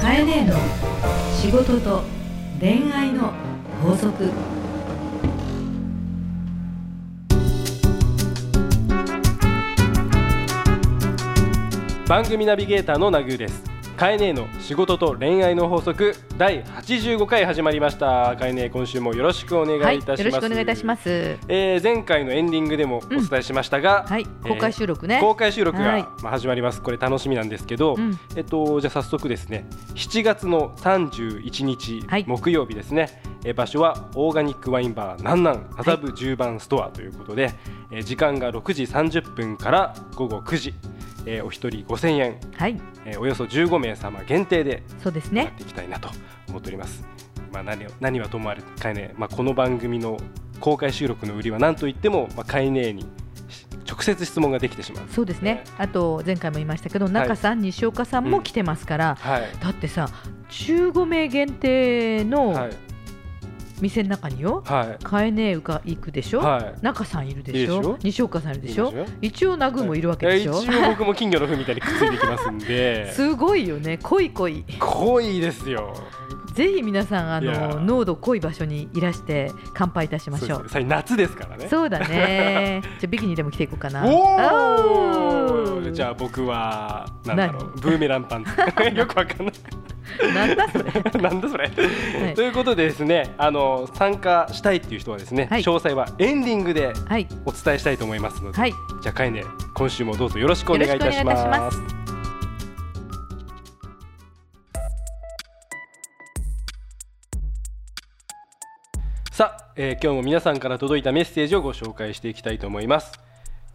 かえねえの仕事と恋愛の法則番組ナビゲーターのなぐうですかえねえの仕事と恋愛の法則第85回始まりましたかえねえ今週もよろしくお願いいたします、、よろしくお願いいたしますす。えー、前回のエンディングでもお伝えしましたが、はい、えー公開収録ね。公開収録はいがまあ始まりますこれ楽しみなんですけど、うんえっとじゃあ早速ですね7月の31日、はい木曜日ですねえー場所はオーガニックワインバーなんなん麻布十番ストアということで、えー時間が6時30分から午後9時、えーお一人5000円はい、えーおよそ15名様限定でそうですやっね。ていきたいなと思っております。まあ、何を何はともあれかえねまあ、この番組の公開収録の売りは何といっても、まあ、かえねに直接質問ができてしまう。そうですね。あと前回も言いましたけど、中さん、西岡さんも来てますから、はい、だってさ、15名限定はのい、店の中によ、はかえねえうか行くでしい、ょ、はい。中さんいるでいるしでしょょ、西岡さんいるでしょいい、でしょ一応ナグーもいるわけでしょえ。一応僕も金魚の糞みたいにくっついてきますんで。 すごいよね、濃い濃い。濃いですよ。ぜひ皆さん、あいやーの濃度濃い場所にいらして乾杯いたしましょそううで。すね夏ですからね。そうだ ね。じゃあビキニでも着ていこうかな。おあお。ーじゃあ僕はなんだろうブーメランパンツ よくわかんない。 なんだそれ。なんだそれ、いということでですねあの参加したいっていう人はですね、はい詳細はエンディングではい。お伝えしたいと思いますので、はい。じゃあカイネ今週もどうぞよろしくお願いいたしよろしますくお願いいたしさあ、えー今日も皆さんから届いたメッセージをご紹介していきたいと思います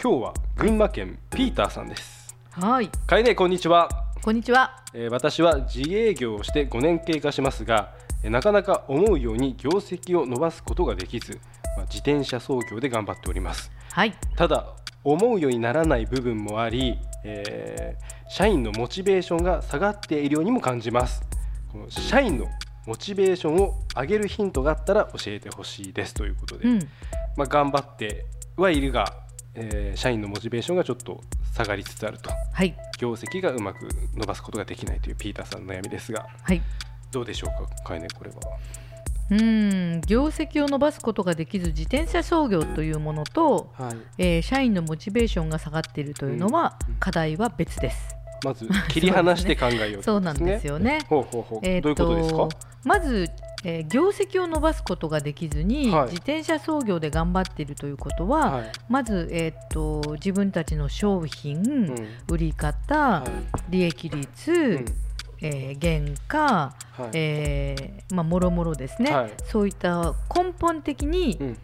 今日は群馬県ピーターさんですはい。カイネこんにちはこんにちは。えー私は自営業をして5年経過しますがえーなかなか思うように業績を伸ばすことができず、まあ自転車操業で頑張っておりますはい。ただ思うようにならない部分もあり、えー社員のモチベーションが下がっているようにも感じますこの社員のモチベーションを上げるヒントがあったら教えてほしいですということで、うん。まあ、頑張ってはいるが、えー社員のモチベーションがちょっと下がりつつあるとはい。業績がうまく伸ばすことができないというピーターさんの悩みですがはい。どうでしょうかかえねこれはうーん。業績を伸ばすことができず、自転車操業というものと、はいえー社員のモチベーションが下がっているというのは、うんうん課題は別です。まず切り離して考えよ うそうなんですよよね。ほうほうほう、えーどういうことですかまず、えー業績を伸ばすことができずに、はい自転車操業で頑張っているということは、はい、まず、えーっと自分たちの商品、うん売り方、はい利益率、うんえー原価、はいえーまあ、もろもろですね、はいそういった根本的にうん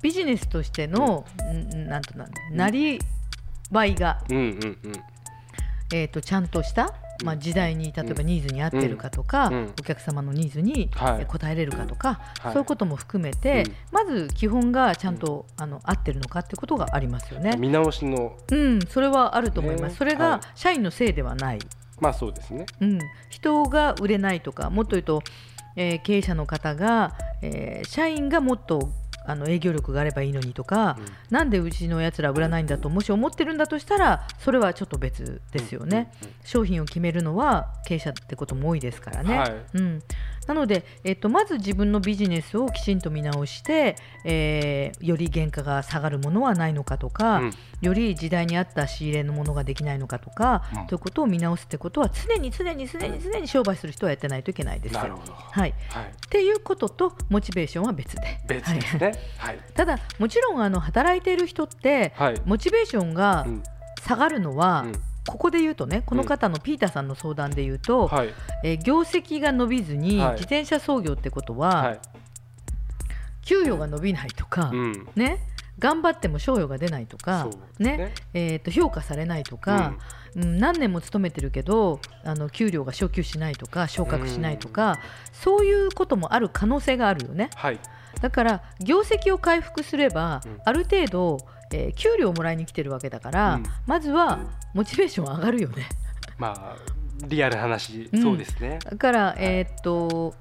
ビジネスとしての、んなんとなんなりわいが、うんうんうんえー、とちゃんとした、まあ、時代に例えばニーズに合ってるかとか、うんうんお客様のニーズにはいえー応えれるかとか、はいそういうことも含めて、まず基本がちゃんと、あの合ってるのかってことがありますよね。見直しのうん、それはあると思いまねす。それはいが社員のせいではない。まあそうですねうん、人が売れないとかもっと言うと、えー経営者の方が、えー社員がもっとあの営業力があればいいのにとか、うんなんでうちのやつら売らないんだともし思ってるんだとしたらそれはちょっと別ですよね、商品を決めるのは経営者ってことも多いですからうんうんね、はいうん、なので、えっと、まず自分のビジネスをきちんと見直して、えーより原価が下がるものはないのかとか、うんより時代に合った仕入れのものができないのかとか、うんということを見直すってことは常に常に常に常に商売する人はやってないといけないです。なるほどははい、っいていうこととモチベーションは別で別ですはいねはいただもちろんあの働いている人ってはいモチベーションがうん下がるのは、うんここで言うとねこの方のピーターさんの相談で言うと、はいえー業績が伸びずに、はい自転車操業ってことは、はい給与が伸びないとか、うんね、頑張っても賞与が出ないとかそ、うですねえー、と評価されないとか、うん何年も勤めてるけどあの給料が昇給しないとか昇格しないとか、そういうこともある可能性があるよねはいだから業績を回復すれば、うんある程度、えー給料をもらいに来てるわけだから、うんまずはモチベーションは上がるよね。まあリアルな話うんそうですねだから、えーっと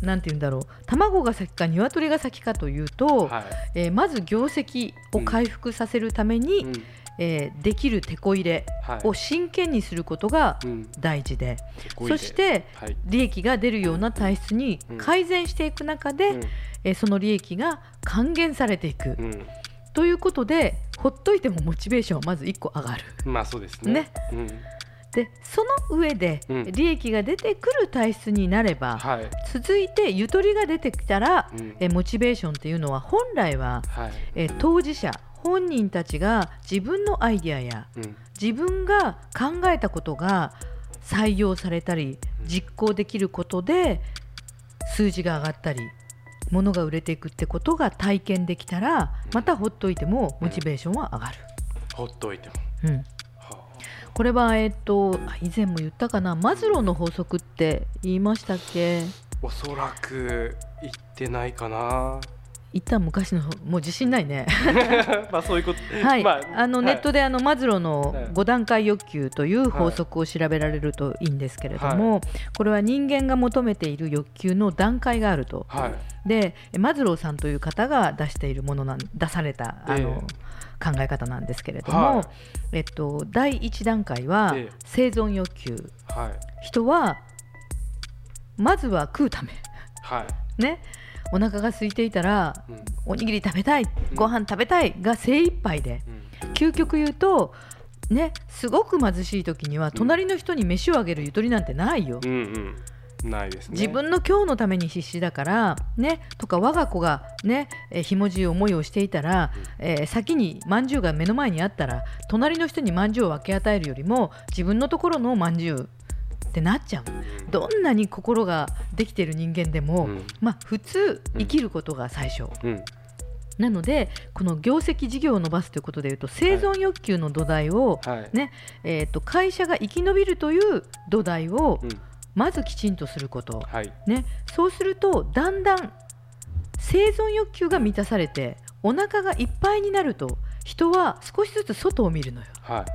なんて言うんだろう卵が先か鶏が先かというと、はえーまず業績を回復させるために、いうんえーできるてこ入れはいを真剣にすることがうん大事で、手こ入れそしてはい利益が出るような体質に改善していく中で、えーその利益が還元されていく、うんうんということでほっといてもモチベーションはまず1個上がるまあそうですねねうんでその上でうん利益が出てくる体質になれば、はい続いてゆとりが出てきたら、うんえーモチベーションっていうのは本来は、はいえー当事者本人たちが自分のアイデアやうん自分が考えたことが採用されたりうん実行できることで数字が上がったり物が売れていくってことが体験できたらうんまたほっといてもモチベーションは上がる。ほっといてもうん、はあこれは、えっとあ以前も言ったかなマズローの法則って言いましたっけおそらく言ってないかな 一旦昔のもう自信ないね。まあそういうことはい、まあ、のネットであのマズローのはい5段階欲求という法則を調べられるといいんですけれども、これは人間が求めている欲求の段階があるとはいでマズローさんという方が出しているものなん出されたあの、考え方なんですけれども、はいえっと、第1段階はええ生存欲求はい人はまずは食うためはいねお腹が空いていたらうんおにぎり食べたいご飯食べたいが精一杯でうん究極言うとねすごく貧しい時には隣の人に飯をあげるゆとりなんてないよ、うんうんないですね自分の今日のために必死だからねとか我が子がねえーひもじい思いをしていたら、えー先にまんじゅうが目の前にあったら隣の人にまんじゅうを分け与えるよりも自分のところのまんじゅうってなっちゃううんどんなに心ができてる人間でも、うんまあ普通生きることが最初、うんなのでこの業績事業を伸ばすということでいうと生存欲求の土台を、はいねえー、と会社が生き延びるという土台をうんまずきちんとすること、はいね、そうするとだんだん生存欲求が満たされてお腹がいっぱいになると人は少しずつ外を見るのよ。は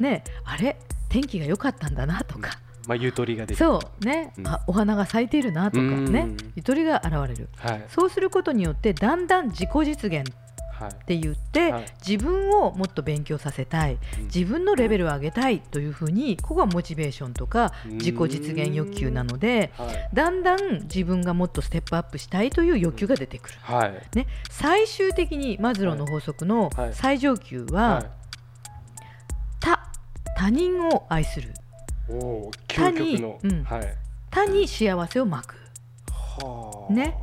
いね、あれ天気が良かったんだなとか、まあゆとりができるそうね、うんあお花が咲いているなとかうねんゆとりが現れるはいそうすることによってだんだん自己実現はいって言って、はい自分をもっと勉強させたいうん自分のレベルを上げたいというふうにここはモチベーションとかうん自己実現欲求なのではいだんだん自分がもっとステップアップしたいという欲求が出てくる。はいね、最終的にマズローの法則のはいはい最上級は、はい他他人を愛するおお究極の他にうんはい他に幸せをまくはあね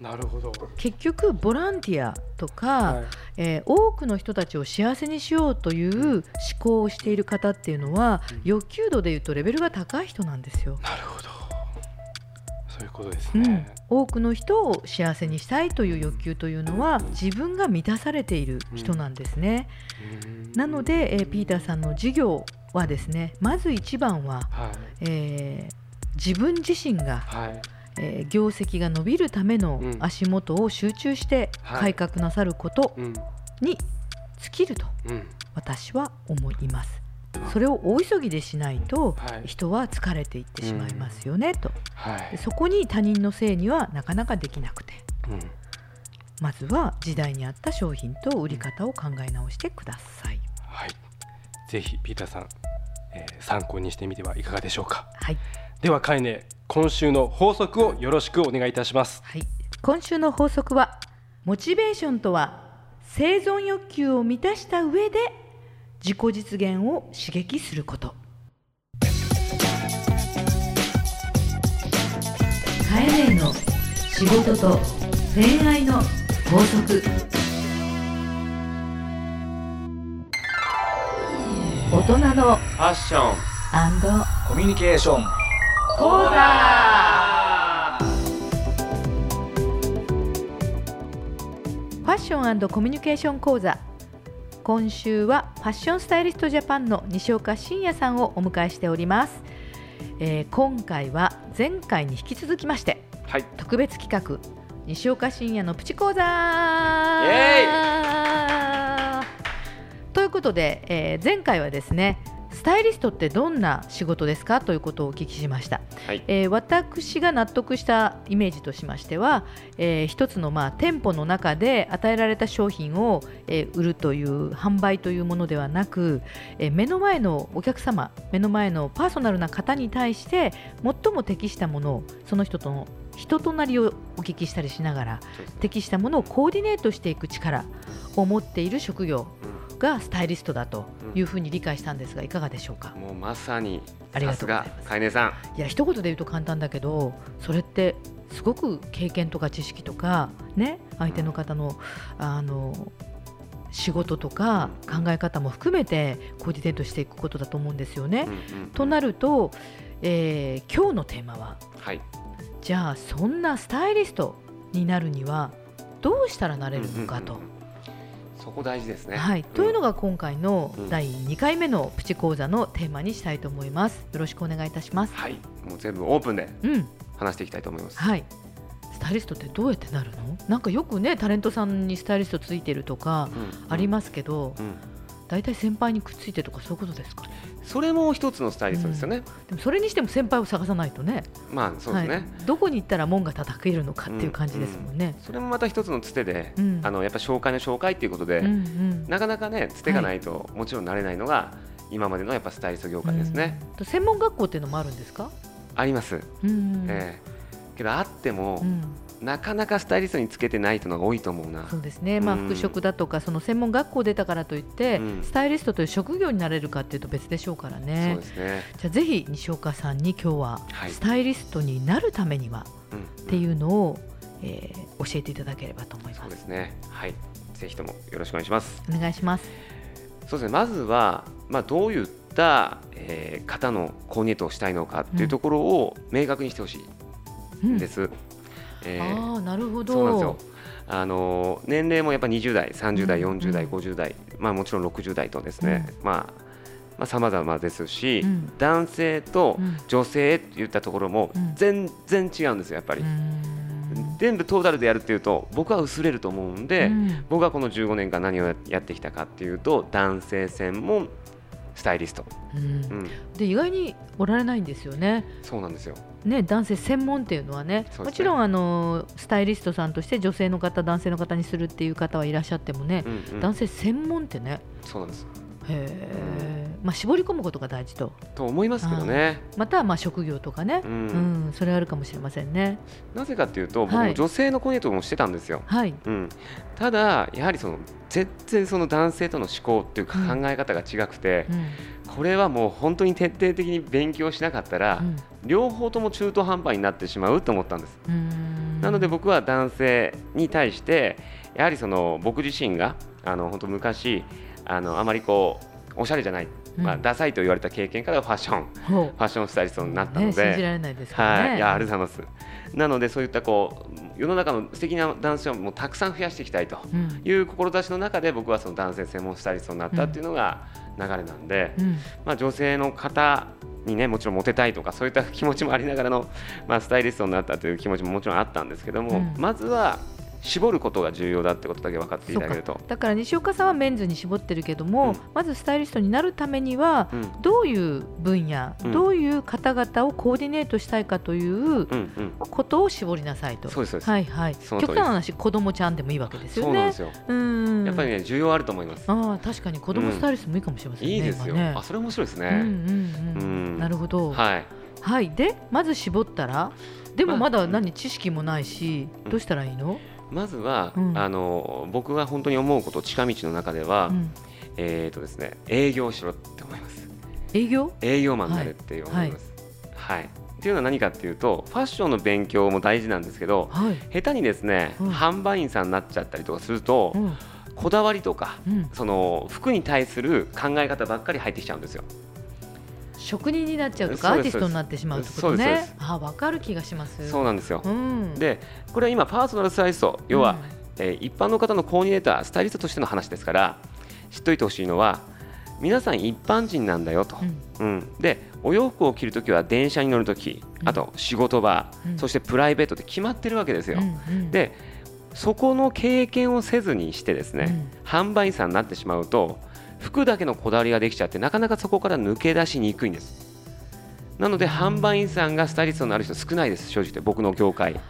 なるほど結局ボランティアとか、はいえー多くの人たちを幸せにしようという思考をしている方っていうのは、うん欲求度でいうとレベルが高い人なんですよ。なるほどそういうことですうんね、多くの人を幸せにしたいという欲求というのは自分が満たされている人なんですね。うんなので、えーピーターさんの事業はですねまず一番は、はいえー自分自身が、はいえー業績が伸びるためのうん足元を集中してはい改革なさることうんに尽きるとうん私は思います。それを大急ぎでしないとはい人は疲れていってしまいますよねとはでいそこに他人のせいにはなかなかできなくてうんまずは時代に合った商品と売り方を考え直してください。はいぜひピーターさん、えー参考にしてみてはいかがでしょうかはい、ではカイネ今週の法則をよろしくお願いいたしますはい、今週の法則はモチベーションとは生存欲求を満たした上で自己実現を刺激することカエネの仕事と恋愛の法則大人のファッションアンドコミュニケーション講ファッションコミュニケーション講座今週はファッションスタイリストジャパンの西岡真也さんをお迎えしております、えー今回は前回に引き続きましてはい特別企画西岡真也のプチ講座ということで、えー前回はですねスタイリストってどんな仕事ですかということをお聞きしました、はいえー私が納得したイメージとしましては、えー一つのまあ店舗の中で与えられた商品を、えー売るという販売というものではなく、えー目の前のお客様目の前のパーソナルな方に対して最も適したものをその人との人となりをお聞きしたりしながらそうですね適したものをコーディネートしていく力を持っている職業がスタイリストだというふうに理解したんですがいかがでしょうかうんもうまさにありがとさすうございまがすカイネさんいや一言で言うと簡単だけどそれってすごく経験とか知識とかね相手の方のあの仕事とか考え方も含めてコーディネートしていくことだと思うんですよね。うんうんとなると、えー今日のテーマははいじゃあそんなスタイリストになるにはどうしたらなれるのかと。うんうんうんそこ大事ですねはい、というのが今回のうん第2回目のプチ講座のテーマにしたいと思います。よろしくお願いいたします。はいもう全部オープンでうん、話していきたいと思いますはい。スタイリストってどうやってなるの？なんかよくねタレントさんにスタイリストついてるとかありますけど、す、うん大体先輩にくっついてとかそういうことですか。それも一つのスタイリストですよね、でもそれにしても先輩を探さないとね。まあそうですね、はい。どこに行ったら門が叩けるのかっていう感じですもんね。それもまた一つのつてで、うんあのやっぱ紹介の紹介っていうことで、うんうん。なかなかねつてがないと、もちろんなれないのが今までのやっぱスタイリスト業界ですね、うん。と専門学校っていうのもあるんですか？あります、うんええけどあってもう、ん。なかなかスタイリストにつけてない人のが多いと思うなそうですね、まあ、うん服飾だとかその専門学校出たからといって、うんスタイリストという職業になれるかっていうと別でしょうからそうねですね、じゃあぜひ西岡さんに今日ははいスタイリストになるためにはうん、っていうのを、えー教えていただければと思いそま。うですすねはいぜひともよろしくお願いしますお願いします。そうですねまずは、まあ、どういった、えー方のコーディネートをしたいのかっていうところを明確にしてほしういんんです、えーああなるほど。そうなんですよ。あの年齢もやっぱ20代、30代、うん40代、50代、まあもちろん60代とですね、まあまあ様々ですし、うん男性とうん女性っていったところもうん全然違うんですよやっぱりうー。ん全部トータルでやるっていうと僕は薄れると思うんで、うん僕はこの15年間何をやってきたかっていうと男性専門スタイリスト、うんうん、で意外におられないんですよね。そうなんですよ。ね、男性専門っていうのはねそうですねもちろんあのスタイリストさんとして女性の方男性の方にするっていう方はいらっしゃってもね、うんうん男性専門ってねそうなんです。へえ、まあ、絞り込むことが大事とと思いますけどね。またはまあ職業とかね、ううんんそれはあるかもしれませんね。なぜかっていうと僕はいも女性のコーディネートもしてたんですよ。はい、うん、ただやはりその全然その男性との思考っていうかう考んえ方が違くて、うんこれはもう本当に徹底的に勉強しなかったら、うん両方とも中途半端になってしまうと思ったんです、うーんなので僕は男性に対してやはりその僕自身があの本当昔あのあまりこうおしゃれじゃない、まあ、うんダサいと言われた経験からファッションフほうァッションスタイリストになったのね、で、信じられないですからね。はい、いやありがとうございます。なのでそういったこう世の中の素敵な男性をもうたくさん増やしていきたいとうんいう志の中で僕はその男性専門スタイリストになったっていうのが流れなんで、うんまあ女性の方にねもちろんモテたいとかそういった気持ちもありながらのまあスタイリストになったという気持ちももちろんあったんですけども、うんまずは絞ることが重要だってことだけ分かっていそうただかけると。だから西岡さんはメンズに絞ってるけども、うんまずスタイリストになるためには、うんどういう分野、うんどういう方々をコーディネートしたいかといううんうん、ことを絞りなさいと。そうですそうですはいはい。その極通り端ですな話、子供ちゃんでもいいわけですそようなんねで。すよ。うんやっぱりね重要あると思います。ああ確かに子供スタイリストもいいかもしれませんね。いいですよ。今ねあそれ面白いですうんね。うんうんうんなるほど。はい、はい。でまず絞ったら、でもままあだ何知識もないし、うんどうしたらいいの？まずは、うんあの僕が本当に思うこと近道の中では、うんえーとですね、営業しろって思います営業？営業マンになれって思います、はいっていうのは何かっていうとファッションの勉強も大事なんですけどはい。下手にですね、うん販売員さんになっちゃったりとかすると、うんこだわりとかうん。その服に対する考え方ばっかり入ってきちゃうんですよ職人になっちゃうとかアそうーですティストになってしまうってこそとうですそうでねす。あわかる気がします。そうなんですよ、うん。でこれは今パーソナルスタイリスト要は、えー一般の方のコーディネータースタイリストとしての話ですから知っといてほしいのは皆さん一般人なんだよと、うんうん、でお洋服を着るときは電車に乗るときうんあと仕事場、うんそしてプライベートって決まってるわけですよ。うんうんでそこの経験をせずにしてですね、販売員さんになってしまうと服だけのこだわりができちゃってなかなかそこから抜け出しにくいんですなので販売員さんがスタイリストになる人少ないです正直言って僕の業界は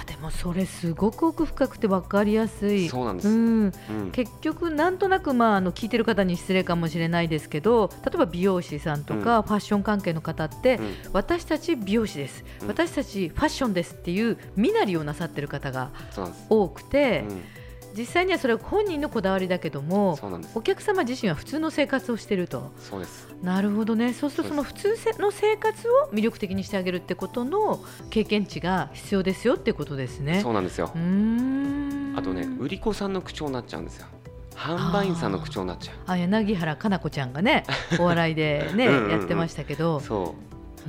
あでもそれすごく奥深くて分かりやすい。そうなんです、うん、うん結局なんとなく、まあ、あの聞いてる方に失礼かもしれないですけど例えば美容師さんとかファッション関係の方って、うん私たち美容師です、うん私たちファッションですっていう身なりをなさってる方がそうなんです、多くて、う実際にはそれは本人のこだわりだけどん、もそうなんですお客様自身は普通の生活をしてるとそうですなるほどねそうするとそそうの普通の生活を魅力的にしてあげるってことの経験値が必要ですよってことですね。そうなんですようーんあとね売り子さんの口調になっちゃうんですよ販売員さんの口調になっちゃうあ柳原加奈子ちゃんがね お笑いでねうんうんうんやってましたけどそう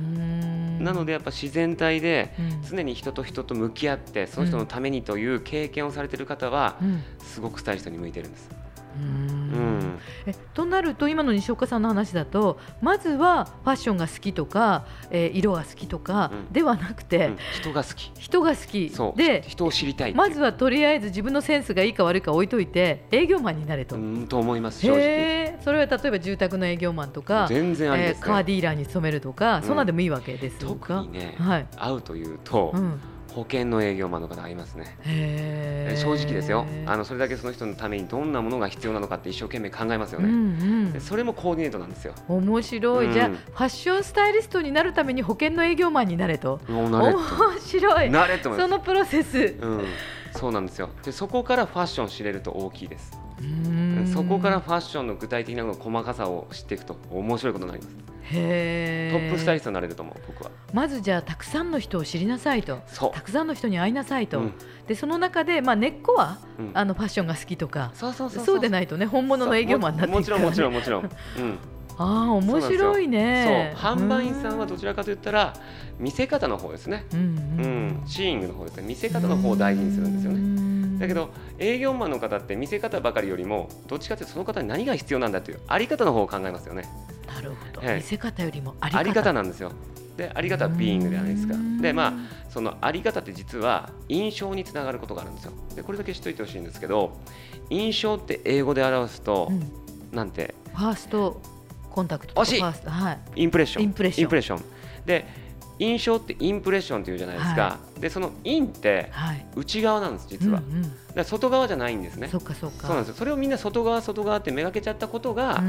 ーうんなのでやっぱ自然体でうん常に人と人と向き合ってその人のためにという経験をされてる方はうんすごくスタイリストに向いてるんです。うーうんん、えとなると今の西岡さんの話だとまずはファッションが好きとか、えー色が好きとかうんではなくて、うん人が好き人が好きそうで人を知りたいっていうまずはとりあえず自分のセンスがいいか悪いか置いといて営業マンになれと。うんと思います正直へーそれは例えば住宅の営業マンとか、全然ありえでーすカーね、ディーラーに勤めるとか、んそんなんでもいいわけですよ特にねはい、会うというと、うん、保険の営業マンの方がいますね、へー正直ですよあのそれだけその人のためにどんなものが必要なのかって一生懸命考えますようんうね、んでそれもコーディネートなんですよ面白い、うんじゃあファッションスタイリストになるために保険の営業マンになれともう慣れ面白い慣れと思いそまのすプロセスうん、そうなんですよでそこからファッション知れると大きいですうーんそこからファッションの具体的な細かさを知っていくと面白いことになります、へートップスタイリストになれると思う僕はまずじゃあたくさんの人を知りなさいとそうたくさんの人に会いなさいと、うんでその中で、まあ、根っこはうんあのファッションが好きとかそうそうそそううでないいとね本物の営業マンになってもいちくかろら、んね、もちろんもちろ ん、うん、ああ面白いねそう販売員さんはどちらかといったら見せ方の方ですね、うんううんんシーイングの方ですね見せ方の方を大事にするんですよねねだけど営業マンの方って見せ方ばかりよりもどっちかというとその方に何が必要なんだというあり方の方を考えますよねなるほど、ええ見せ方よりもあり方あり方なんですよであり方はビーイングじゃないですかうんでまあそのあり方って実は印象につながることがあるんですよでこれだけ知っておいてほしいんですけど印象って英語で表すと、うんフなんてァーストコンタクトとか惜しいファーストはいインプレッションインプレッションで印象ってインプレッションっていうじゃないですか、はでそのインってはい内側なんです実は、うんだかうんら外側じゃないんですねそっかそっかそうなんですよそれをみんな外側外側ってめがけちゃったことが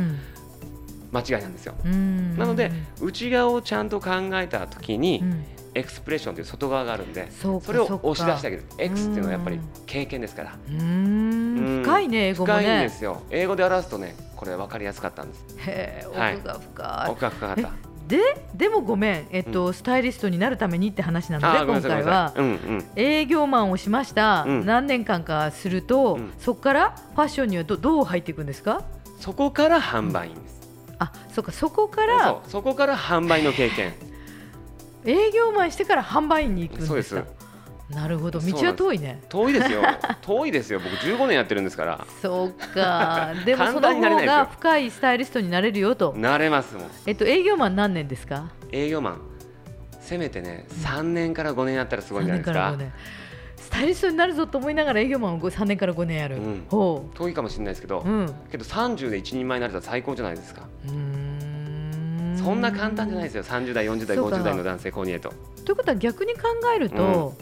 間違いなんですよ、うんうんなので内側をちゃんと考えた時に、うんエクスプレッションという外側があるんでそうかそれを押し出してあげる X っていうのはやっぱうりん経験ですからうーんうん深いね英語も深いんでねすよ英語で表すとねこれ分かりやすかったんですへえはい奥が深い奥が深かったででもごめんえっとスタイリストになるためにって話なのあでーごめ今んなさ回いごめんなはさいうんうん営業マンをしましたうん何年間かするとうんそこからファッションにはどどう入っていくんですかそこから販売員ですあそっかそこかそらうそこから販売の 経験営業マンしてから販売員に行くんそでうですすかなるほどそうなん道ですは遠いね遠いですよ遠いですよ僕15年やってるんですからそう かでもそ簡の単にな方れないですよが深いスタイリストになれるよと慣れますもんえっと営業マン何年ですか営業マンせめてね3年から5年やったらすごいんじゃないです3か年ら5年スタイリストになるぞと思いながら営業マンを3年から5年やる、うんほ遠いかもしれないですけどううんうけど30で一人前になれたら最高じゃないですかーんそんな簡単じゃないですよ30代40代そうか50代の男性コーディネートということは逆に考えると、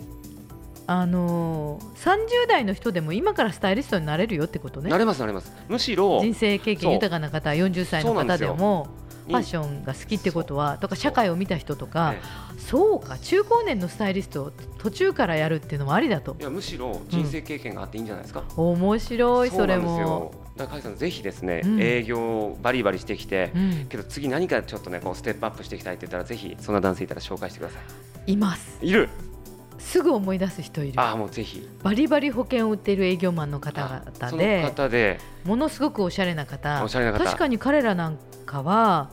あのー、30代の人でも今からスタイリストになれるよってことねなれますなれますむしろ人生経験豊かな方40歳のそうなん方ですでよもフにァッションが好きってことはとか社会を見た人とかねそうか中高年のスタイリストを途中からやるっていうのもありだといやむしろ人生経験があっていいんじゃないですか、面白いそれも。だから甲斐さんぜひですね、うん営業をバリバリしてきて、うんけど次何かちょっとねこうステップアップしていきたいって言ったらぜひそんな男性いたら紹介してくださいますいいるすぐ思い出す人いるああもうぜひバリバリ保険を売っている営業マンの方あそ々ので方でものすごくおしゃれな方おしゃれな方確かに彼らなんかは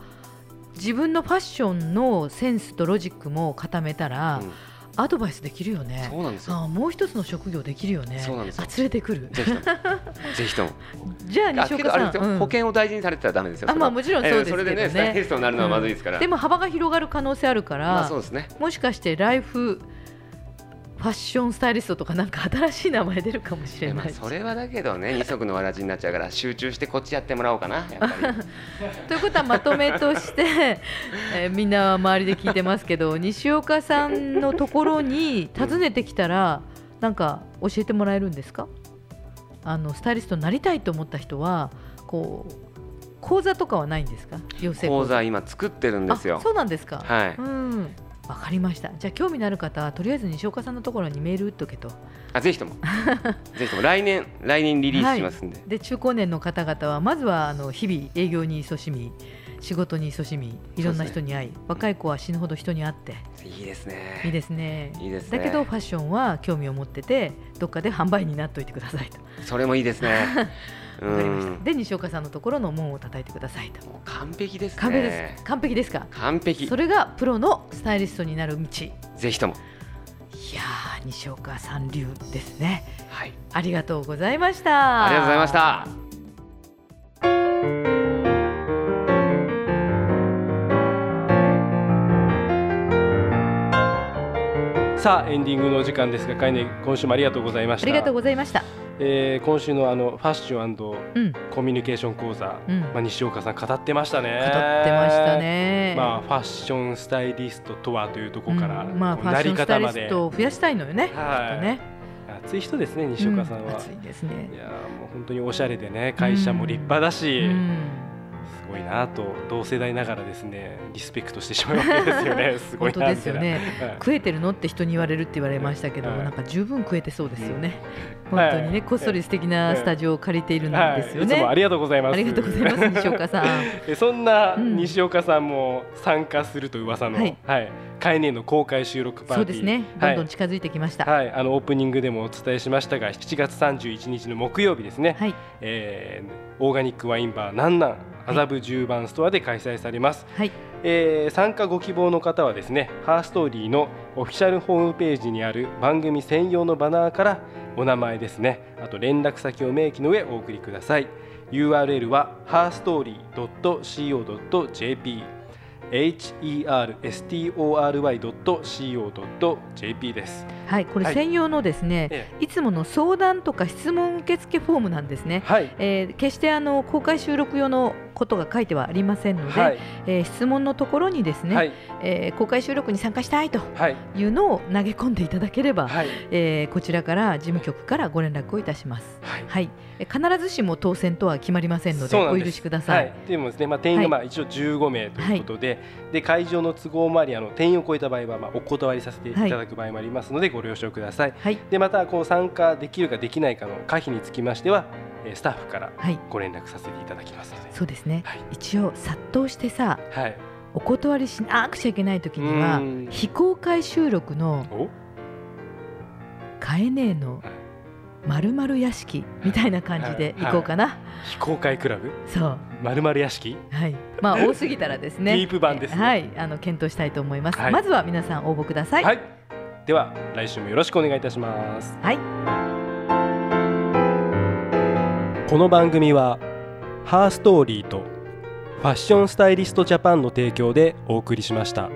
自分のファッションのセンスとロジックも固めたら、うんアドバイスできるよねそうなんですよあもう一つの職業できるよねそうなんですよあ連れてくるぜ ひともぜひともじゃああ西け岡どあれさですん、よ、うん保険を大事にされてたらダメですよあまあもちろんそうですけどねええそれでねスタイリストになるのはまずいですから、でも幅が広がる可能性あるから、まあそうですねもしかしてライフファァッションスタイリストとかなんか新しい名前出るかもしれえまなあいしそれはだけ どね二足のわらじになっちゃうから集中してこっちやってもらおうかなやっぱりということはまとめと して、えーみんな周りで聞いてますけど西岡さんのところに訪ねてきたらなんか教えてもらえるんですかあのスタイリストになりたいと思った人はこう講座とかはないんですか養成講座今作ってるんですよあそうなんですか、はいうんわかりましたじゃあ興味のある方はとりあえず西岡さんのところにメール打っとけとあぜ ひともぜひとも来年来年リリースしますんで、で中高年の方々はまずはあの日々営業に勤しみ仕事に勤しみいろんな人に会い、若い子は死ぬほど人に会ってい、いですねいいですね いいですねだけどファッションは興味を持っててどっかで販売になっておいてくださいとそれもいいで すねうわかりましんたで西岡さんのところの門を叩いてくださいともう完璧ですね完璧です完璧ですか完璧それがプロのスタイリストになる道いぜひともやー西岡さん流ですねはいありがとうございましたありがとうございましたさあエンディングのお時間ですが、かいね今週もありがとうございました。ありがとうございましたえー今週のあのファッションうんコミュニケーション講座、うんまあ西岡さん語ってましたね。語ってました。ね、まあファッションスタイリストとはというところから、うんまあ、こフうァッなショりンスタ方イリまスでトを増やしたいのよね。はいきっとね熱い人ですね西岡さんうんは。熱いですねい。やーもう本当におしゃれでね会社も立派だし、うんすごいなと同世代ながらですねリスペクトしてしまうわけですよねすごい 本当なでみすたいよな、ね。はい食えてるのって人に言われるって言われましたけど、はいなんか十分食えてそうですよね。うん本当にはいね、こっそり素敵なスタジオを借りているんはいですよいつね。もありがとうございますありがとうございます、西岡さん。 えそんなうん西岡さんも参加すると噂の、ははいい、カイネの公開収録パーティーそうですね、どはんいどん近づいてきました。ははい、あのオープニングでもお伝えしましたが7月31日の木曜日ですね、い、えーオーガニックワインバーなんなん麻布十番ストアで開催されます、はい、えー参加ご希望の方はですねハーストーリーのオフィシャルホームページにある番組専用のバナーからお名前ですねあと連絡先を明記の上お送りください URL は herstory.co.jp herstory.co.jp ですはい、これはい専用のですね、えいつもの相談とか質問受付フォームなんですね。はいえー決してあの公開収録用のことが書いてはありませんので、はいえー質問のところにですね、はいえー公開収録に参加したいとはいいうのを投げ込んでいただければ、はいえーこちらから事務局からご連絡をいたします。はいはい、えー必ずしも当選とは決まりませんのでそうなんおです許しください。はい、でもですね、まあ、定員はがいまあ一応15名ということで、で会場の都合もありあの定員を超えた場合はまあお断りさせていただく場合もありますので、ご了承くださいはい、でまたこう参加できるかできないかの可否につきましてはえースタッフからはい、ご連絡させていただきますのでそうですね。はい一応殺到してさはいお断りしなくちゃいけない時にはうん非公開収録のお「カエネーのはいまるまる屋敷」みたいな感じで行こうかな。非公開クラブそうまるまる屋敷はい、まあ多すぎたらですね。ディープ版ですねはい、あの検討したいと思います。はいまずは皆さん応募ください。はい、では来週もよろしくお願いいたしますはいこの番組はハーストーリーとファッションスタイリストジャパンの提供でお送りしました。